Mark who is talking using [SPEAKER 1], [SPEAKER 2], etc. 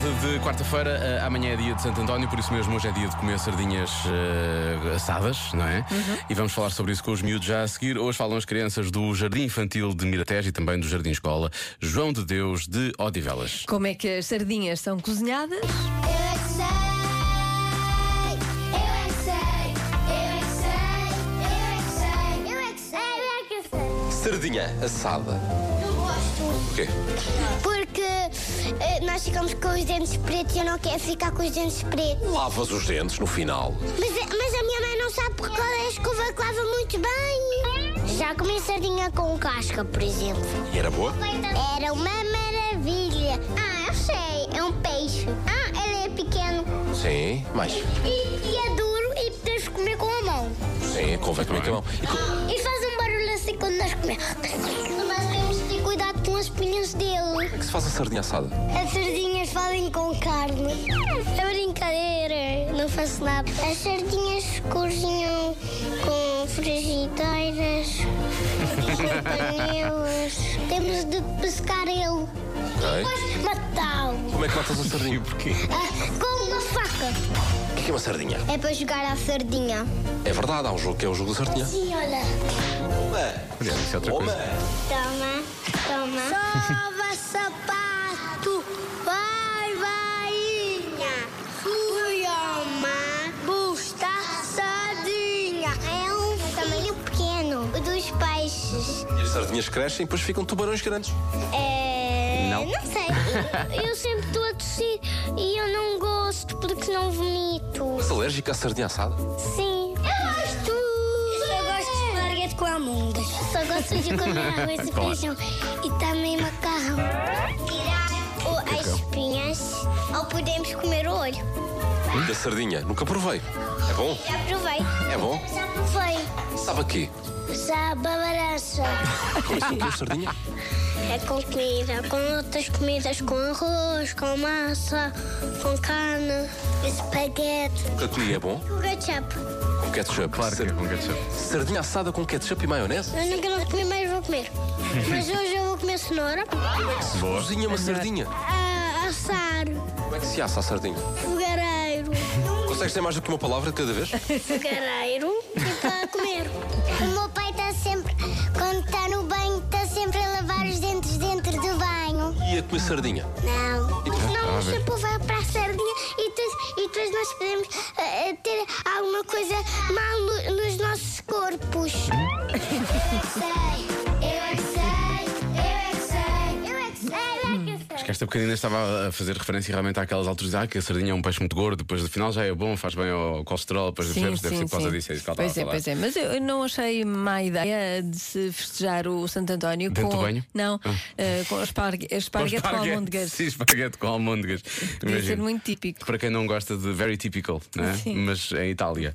[SPEAKER 1] de quarta-feira, eh, amanhã é dia de Santo António, por isso mesmo hoje é dia de comer sardinhas eh, assadas, não é?
[SPEAKER 2] Uhum.
[SPEAKER 1] E vamos falar sobre isso com os miúdos já a seguir. Hoje falam as crianças do Jardim Infantil de Miratejo e também do Jardim Escola João de Deus de Odivelas.
[SPEAKER 2] Como é que as sardinhas são cozinhadas?
[SPEAKER 3] Eu é que sei, eu é que sei, eu é que sei, eu é que sei, eu é que sei, eu é que
[SPEAKER 4] Sardinha assada.
[SPEAKER 3] sei. Não gosto.
[SPEAKER 4] Porquê?
[SPEAKER 3] Porque eh, nós ficamos com os dentes pretos e eu não quero ficar com os dentes pretos.
[SPEAKER 4] Lavas os dentes no final.
[SPEAKER 3] Mas, eh, mas a minha mãe não sabe porque ela é a escova que lava muito bem. Já comi sardinha com casca, por exemplo.
[SPEAKER 4] E era boa?
[SPEAKER 3] Era uma maravilha. Ah, eu sei, é um peixe. Ah, ele é pequeno.
[SPEAKER 4] Sim. Mais?
[SPEAKER 3] E, é duro e podemos comer com a mão.
[SPEAKER 4] Sim, convém comer com a mão. E co-
[SPEAKER 3] E faz um barulho assim quando nós comemos. Mas temos de ter cuidado com as espinhas dele.
[SPEAKER 4] Como é que se faz a sardinha assada?
[SPEAKER 3] As sardinhas fazem com carne. É brincadeira, não faço nada. As sardinhas cozinham com frigideiras, panelas. Temos de pescar ele.
[SPEAKER 4] Ok.
[SPEAKER 3] Depois matá-lo.
[SPEAKER 4] Como é que matas a sardinha? Porquê?
[SPEAKER 3] Ah, com uma faca.
[SPEAKER 4] O que é uma sardinha?
[SPEAKER 3] É para jogar à sardinha.
[SPEAKER 4] É verdade, há um jogo que é o jogo da sardinha.
[SPEAKER 3] Sim, olha.
[SPEAKER 1] Olha, isso é outra
[SPEAKER 4] Toma.
[SPEAKER 1] coisa.
[SPEAKER 3] Toma, toma. Sova sapato, vai, vainha. Fui ao mar buscar sardinha. É um tamanho pequeno, o dos peixes.
[SPEAKER 4] E as sardinhas crescem e depois ficam tubarões grandes.
[SPEAKER 3] É...
[SPEAKER 1] Não. não
[SPEAKER 3] sei. eu sempre estou a tossir e eu não gosto porque não vomito.
[SPEAKER 4] És alérgica à sardinha assada?
[SPEAKER 3] Sim. Eu gosto. Só gosto de esparguete com almôndegas. Só gosto de comer arroz e feijão. E também macarrão. Tirar o- as espinhas ou podemos comer o olho.
[SPEAKER 1] Hum?
[SPEAKER 4] Da sardinha. Nunca provei. É bom?
[SPEAKER 3] Já provei.
[SPEAKER 4] É bom?
[SPEAKER 3] Já provei.
[SPEAKER 4] Sabe a quê?
[SPEAKER 3] Já babarança.
[SPEAKER 4] Como é que se faz sardinha?
[SPEAKER 3] É com comida, com outras comidas, com arroz, com massa, com carne, espaguete.
[SPEAKER 4] Nunca comi. É bom?
[SPEAKER 3] Com ketchup.
[SPEAKER 4] Com ketchup.
[SPEAKER 1] Claro que é
[SPEAKER 4] Sar-
[SPEAKER 1] com ketchup.
[SPEAKER 4] Sardinha assada com ketchup e maionese?
[SPEAKER 3] Eu nunca não comi, mas vou comer. Mas hoje eu vou comer cenoura.
[SPEAKER 4] Cozinha uma sardinha.
[SPEAKER 3] Ah, assar,
[SPEAKER 4] Como é que se assa a sardinha?
[SPEAKER 3] fogareiro, um
[SPEAKER 4] Consegues ter mais do que uma palavra de cada vez?
[SPEAKER 3] fogareiro e para comer. O meu pai está sempre, quando está no banho, está sempre a lavar os dentes dentro do banho.
[SPEAKER 4] E a comer sardinha.
[SPEAKER 3] Não.
[SPEAKER 4] E tu?
[SPEAKER 3] Mas não, o shampoo vai para a sardinha e depois, e depois nós podemos eh, eh, ter alguma coisa mal no- nos nossos corpos. é Eu é que sei, eu é que sei, eu é que sei, eu é que sei.
[SPEAKER 1] Que Esta pequenina estava a fazer referência realmente àquelas alturas ah, que a sardinha é um peixe muito gordo, depois no final já é bom, faz bem ao colesterol, depois percebes, deve ser por causa disso, é isso que ela
[SPEAKER 2] pois é,
[SPEAKER 1] estava a falar.
[SPEAKER 2] pois é. Mas eu- eu não achei má ideia de se festejar o Santo António
[SPEAKER 1] Dentro
[SPEAKER 2] com.
[SPEAKER 1] do banho? Ah.
[SPEAKER 2] Não, eh, com espargue- esparguete com almôndegas.
[SPEAKER 1] Sim, esparguete com almôndegas.
[SPEAKER 2] Podia ser
[SPEAKER 1] Imagino.
[SPEAKER 2] muito típico.
[SPEAKER 1] Para quem não gosta de very typical, não é?
[SPEAKER 2] Sim.
[SPEAKER 1] mas em Itália.